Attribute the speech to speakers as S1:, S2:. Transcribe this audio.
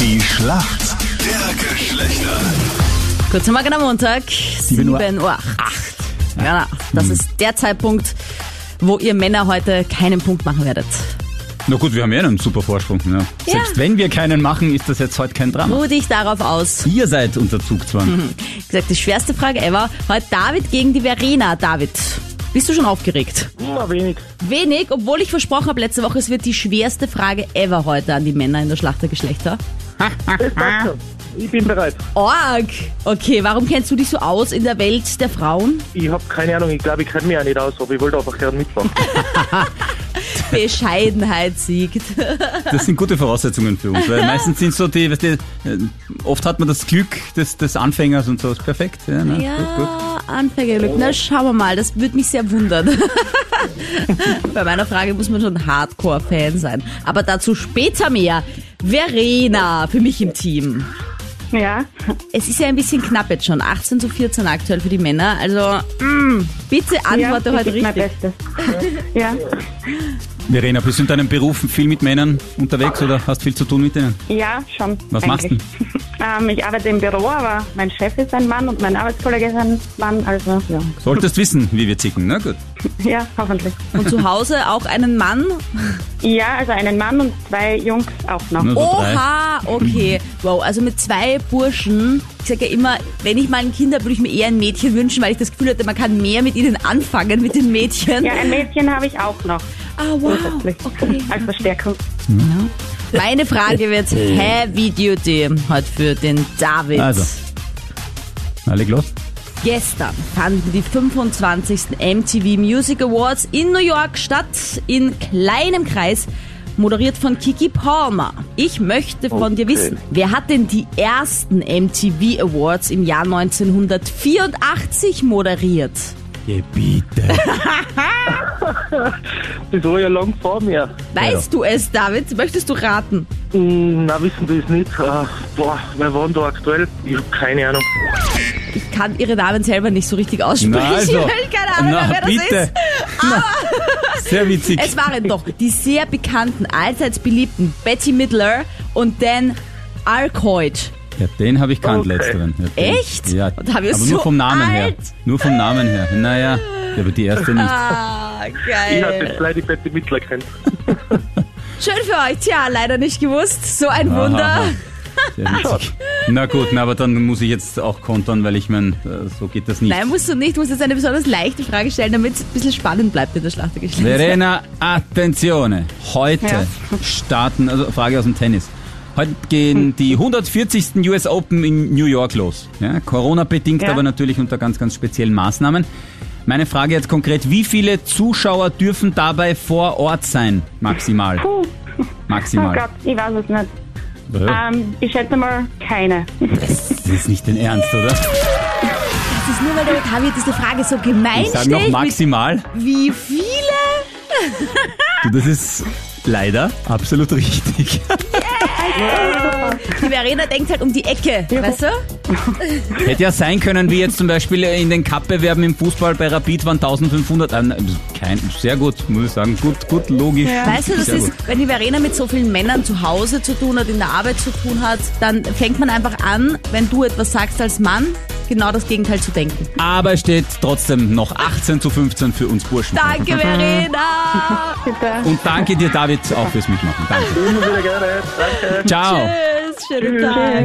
S1: Die Schlacht der Geschlechter.
S2: Kurz einmal genau Montag, 7
S3: Uhr. Hm.
S2: Uhr 8. Ja, das ist der Zeitpunkt, wo ihr Männer heute keinen Punkt machen werdet.
S3: Na gut, wir haben ja einen super Vorsprung. Ne?
S2: Ja.
S3: Selbst wenn wir keinen machen, ist das jetzt heute kein Drama. Mhm.
S2: Ruhe dich darauf aus.
S3: Ihr seid unter Zugzwang.
S2: Wie gesagt, die schwerste Frage ever. Heute David gegen die Verena. David, bist du schon aufgeregt?
S4: Immer wenig.
S2: Wenig, obwohl ich versprochen habe letzte Woche, es wird die schwerste Frage ever heute an die Männer in der Schlacht der Geschlechter.
S4: Das passt schon. Ah. Ich bin bereit.
S2: Org! Okay, warum kennst du dich so aus in der Welt der Frauen?
S4: Ich habe keine Ahnung, ich glaube, ich kenne mich auch nicht aus, aber ich wollte einfach gerne mitmachen.
S2: Bescheidenheit siegt.
S3: Das sind gute Voraussetzungen für uns, weil meistens sind so die, weißt du, äh, oft hat man das Glück des, des Anfängers und so, ist perfekt. Ja, ne? Gut, gut.
S2: Ja, Anfängerglück. Na, schauen wir mal, das würde mich sehr wundern. Bei meiner Frage muss man schon Hardcore-Fan sein. Aber dazu später mehr. Verena, für mich im Team.
S5: Ja,
S2: Es ist ja ein bisschen knapp jetzt schon. 18 zu 14 aktuell für die Männer. Also, mm, bitte antworte
S5: ja,
S2: heute
S5: ich geb
S2: halt richtig.
S5: Mein Bestes. Ja,
S3: Verena, bist du in deinem Beruf viel mit Männern unterwegs oder hast viel zu tun mit denen?
S5: ja, schon.
S3: Was
S5: eigentlich. Ähm, ich arbeite im Büro, aber mein Chef ist ein Mann und mein Arbeitskollege ist ein Mann, also ja,
S3: Solltest wissen, wie wir zicken, na gut.
S5: ja hoffentlich.
S2: Und zu Hause auch einen Mann?
S5: Ja, also einen Mann und zwei Jungs auch noch.
S3: Nur so drei.
S2: Oha, okay. Wow, also mit zwei Burschen. Ich sage ja immer, wenn ich mal ein Kind habe, würde ich mir eher ein Mädchen wünschen, weil ich das Gefühl hatte, man kann mehr mit ihnen anfangen, mit den Mädchen.
S5: Ja, ein Mädchen habe ich auch noch
S2: Ah, wow.
S5: zusätzlich
S2: Okay.
S5: als Verstärkung.
S2: Meine Frage wird Heavy Duty heute für den David.
S3: Also. Na, leg los.
S2: Gestern fanden die 25. MTV Music Awards in New York statt, in kleinem Kreis, moderiert von Kiki Palmer. Ich möchte von dir wissen, wer hat denn die ersten MTV Awards im Jahr 1984 moderiert?
S3: Gebiete.
S4: Das war ja lang vor mir.
S2: Weißt du es, David? Möchtest du raten?
S4: Hm, Na, wissen wir es nicht. Äh, boah, wer war denn da aktuell? Ich habe keine Ahnung.
S2: Ich kann ihre Namen selber nicht so richtig aussprechen,
S3: Na, also.
S2: weil keine Ahnung,
S3: Na,
S2: wer das
S3: bitte.
S2: ist.
S3: Sehr witzig.
S2: Es waren doch die sehr bekannten, allseits beliebten Betty Midler und Dan Arcoid.
S3: Ja, den habe ich kannt,
S4: Okay.
S3: letzteren. Ja, den.
S2: Echt?
S3: Ja,
S2: Und haben wir
S3: aber
S2: so
S3: nur vom Namen her.
S2: alt?
S3: Nur vom Namen her. Naja, ja, aber die erste nicht.
S2: Ah,
S4: Ich hatte jetzt
S2: geil.
S4: leider die Betty Mittler kennt.
S2: Schön für euch. Tja, leider nicht gewusst. So ein
S3: Aha.
S2: Wunder.
S3: Sehr witzig. Na gut, na, aber dann muss ich jetzt auch kontern, weil ich mein, äh, so geht das nicht.
S2: Nein, musst du nicht. Du musst jetzt eine besonders leichte Frage stellen, damit es ein bisschen spannend bleibt in der Schlacht der Geschlechter.
S3: Verena, attenzione. Heute
S5: Ja.
S3: starten, also Frage aus dem Tennis. Heute gehen die 140. US Open in New York los. Ja, Corona-bedingt,
S5: Ja.
S3: aber natürlich unter ganz, ganz speziellen Maßnahmen. Meine Frage jetzt konkret, wie viele Zuschauer dürfen dabei vor Ort sein, maximal?
S5: Puh, oh
S3: Maximal.
S5: Gott, ich weiß es nicht. Ähm, ich schätze mal keine.
S3: Das ist nicht dein Ernst, oder?
S2: Das ist nur, weil der Kavi diese Frage so gemein
S3: Ich sag noch
S2: stellt. mit
S3: maximal.
S2: wie viele?
S3: Du, das ist leider absolut richtig.
S2: Die Verena denkt halt um die Ecke, weißt du?
S3: Hätte ja sein können, wie jetzt zum Beispiel in den Cup-Bewerben im Fußball bei Rapid waren 1500. Ah, nein, Kein, sehr gut, muss ich sagen. Gut, gut, logisch.
S2: Weißt du, das
S3: Sehr
S2: ist,
S3: gut.
S2: wenn die Verena mit so vielen Männern zu Hause zu tun hat, in der Arbeit zu tun hat, dann fängt man einfach an, wenn du etwas sagst als Mann, genau das Gegenteil zu denken.
S3: Aber steht trotzdem noch 18 zu 15 für uns Burschen.
S2: Danke, Verena!
S5: Bitte.
S3: Und danke dir, David, auch fürs Mitmachen. Danke.
S4: äh, Immer wieder gerne. Danke.
S3: Ciao.
S2: Tschüss, schönen Tag.